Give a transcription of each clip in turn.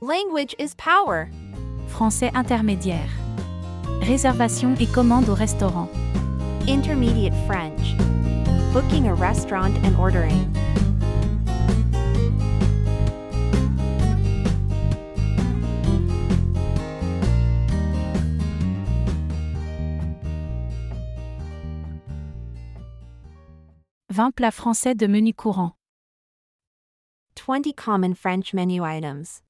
Language is power. Français intermédiaire. Réservation et commande au restaurant. Intermediate French. Booking a restaurant and ordering. Vin plats français de menu courant. 20 common French menu items.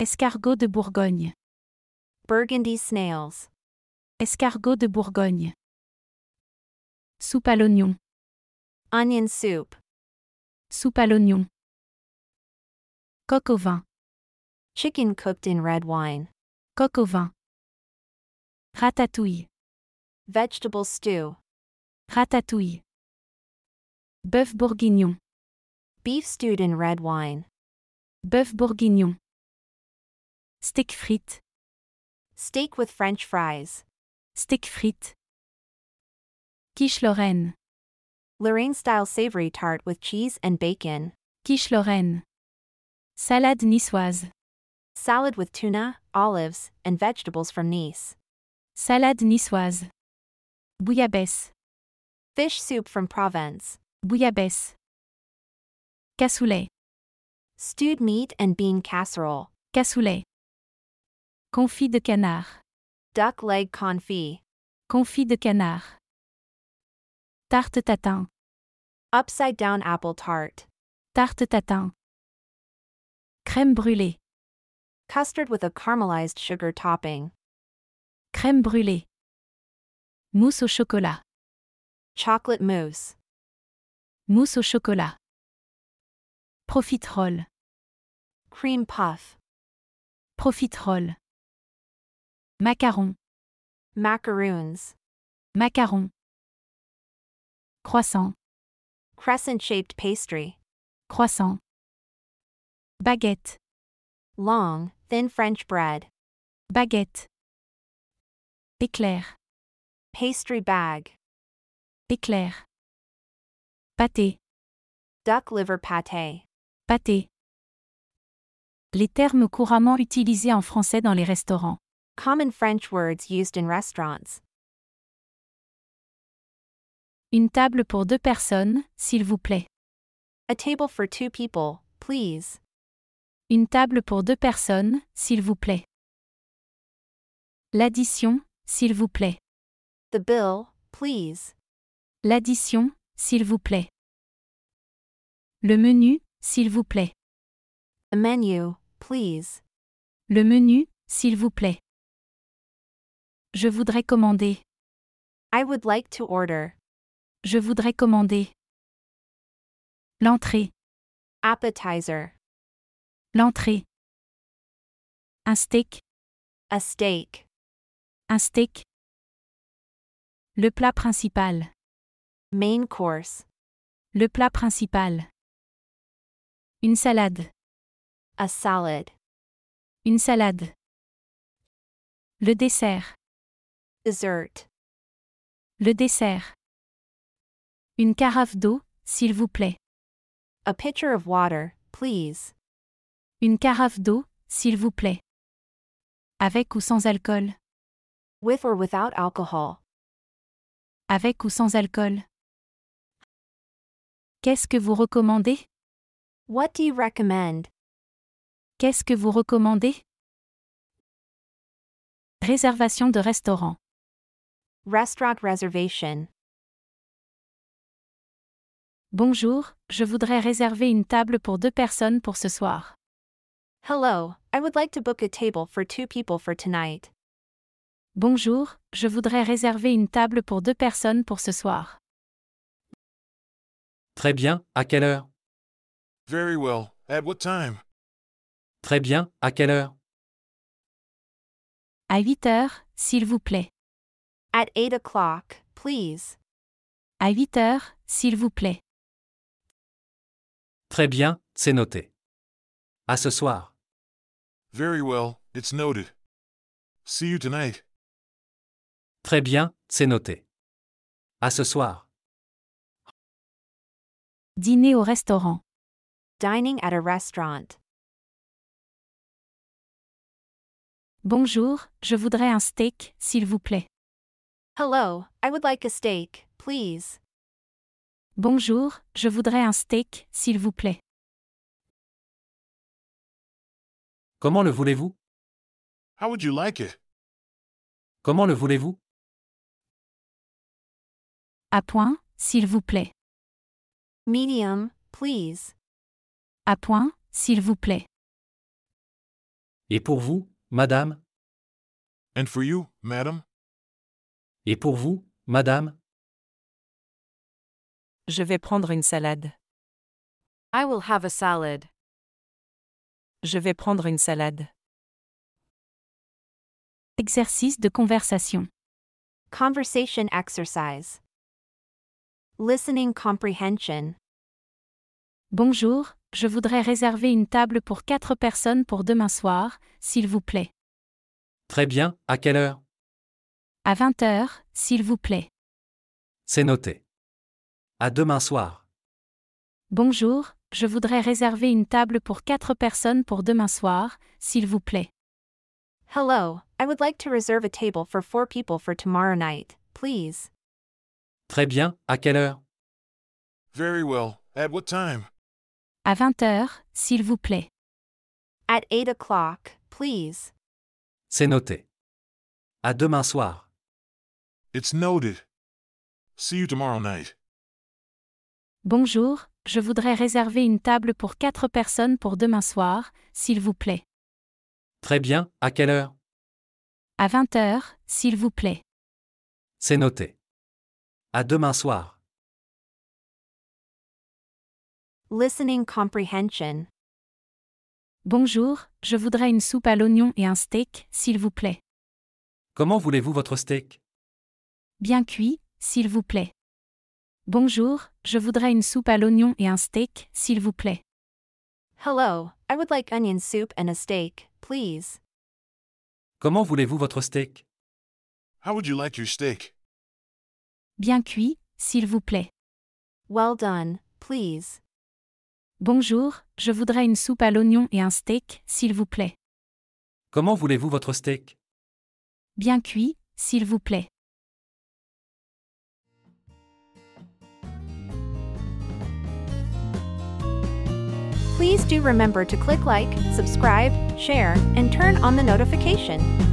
Escargot de Bourgogne. Burgundy snails. Escargot de Bourgogne. Soupe à l'oignon. Onion soup. Soupe à l'oignon. Coq au vin. Chicken cooked in red wine. Coq au vin. Ratatouille. Vegetable stew. Ratatouille. Bœuf bourguignon. Beef stewed in red wine. Bœuf bourguignon. Steak frites. Steak with French fries. Steak frites. Quiche Lorraine. Lorraine style savory tart with cheese and bacon. Quiche Lorraine. Salade niçoise. Salad with tuna, olives, and vegetables from Nice. Salade niçoise. Bouillabaisse. Fish soup from Provence. Bouillabaisse. Cassoulet. Stewed meat and bean casserole. Cassoulet. Confit de canard. Duck leg confit. Confit de canard. Tarte tatin. Upside down apple tart. Tarte tatin. Crème brûlée. Custard with a caramelized sugar topping. Crème brûlée. Mousse au chocolat. Chocolate mousse. Mousse au chocolat. Profiterole. Cream puff. Profiterole. Macaron. Macaroons. Macaron. Croissant. Crescent shaped pastry. Croissant. Baguette. Long, thin French bread. Baguette. Éclair. Pastry bag. Éclair. Pâté. Duck liver pate. Pâté. Les termes couramment utilisés en français dans les restaurants. Common French words used in restaurants. Une table pour deux personnes, s'il vous plaît. A table for two people, please. Une table pour deux personnes, s'il vous plaît. L'addition, s'il vous plaît. The bill, please. L'addition, s'il vous plaît. Le menu, s'il vous plaît. A menu, please. Le menu, s'il vous plaît. Je voudrais commander. I would like to order. Je voudrais commander. L'entrée, Appetizer. l'entrée. Un steak, A steak. un steak. Le plat principal, Main course. le plat principal. Une salade, A salad. une salade. Le dessert, Dessert. le dessert. Une carafe d'eau, s'il vous plaît. A pitcher of water, please. Une carafe d'eau, s'il vous plaît. Avec ou sans alcool With or without alcohol. Avec ou sans alcool Qu'est-ce que vous recommandez What do you recommend? Qu'est-ce que vous recommandez Réservation de restaurant. Restaurant reservation. Bonjour, je voudrais réserver une table pour deux personnes pour ce soir. Hello, I would like to book a table for two people for tonight. Bonjour, je voudrais réserver une table pour deux personnes pour ce soir. Très bien, à quelle heure Very well. At what time? Très bien, à quelle heure À 8 heures, s'il vous plaît. At 8 o'clock, please. À 8 heures, s'il vous plaît. Très bien, c'est noté. À ce soir. Very well. It's noted. See you tonight. Très bien, c'est noté. À ce soir. Dîner au restaurant. Dining at a restaurant. Bonjour, je voudrais un steak, s'il vous plaît. Hello, I would like a steak, please. Bonjour, je voudrais un steak, s'il vous plaît. Comment le voulez-vous How would you like it? Comment le voulez-vous À point, s'il vous plaît. Medium, please. À point, s'il vous plaît. Et pour vous, madame And for you, madam? Et pour vous, madame Je vais prendre une salade. I will have a salad. Je vais prendre une salade. Exercice de conversation. Conversation exercise. Listening comprehension. Bonjour, je voudrais réserver une table pour quatre personnes pour demain soir, s'il vous plaît. Très bien, à quelle heure À 20h, s'il vous plaît. C'est noté. À demain soir. Bonjour, je voudrais réserver une table pour quatre personnes pour demain soir, s'il vous plaît. Hello, I would like to reserve a table for four people for tomorrow night, please. Très bien, à quelle heure Very well. At what time? À 20h, s'il vous plaît. At 8 o'clock, please. C'est noté. À demain soir. It's noted. See you tomorrow night. Bonjour, je voudrais réserver une table pour quatre personnes pour demain soir, s'il vous plaît. Très bien, à quelle heure À 20h, s'il vous plaît. C'est noté. À demain soir. Listening comprehension. Bonjour, je voudrais une soupe à l'oignon et un steak, s'il vous plaît. Comment voulez-vous votre steak Bien cuit, s'il vous plaît. Bonjour, je voudrais une soupe à l'oignon et un steak, s'il vous plaît. Hello, I would like onion soup and a steak, please. Comment voulez-vous votre steak How would you like your steak? Bien cuit, s'il vous plaît. Well done, please. Bonjour, je voudrais une soupe à l'oignon et un steak, s'il vous plaît. Comment voulez-vous votre steak Bien cuit, s'il vous plaît. Please do remember to click like, subscribe, share, and turn on the notification.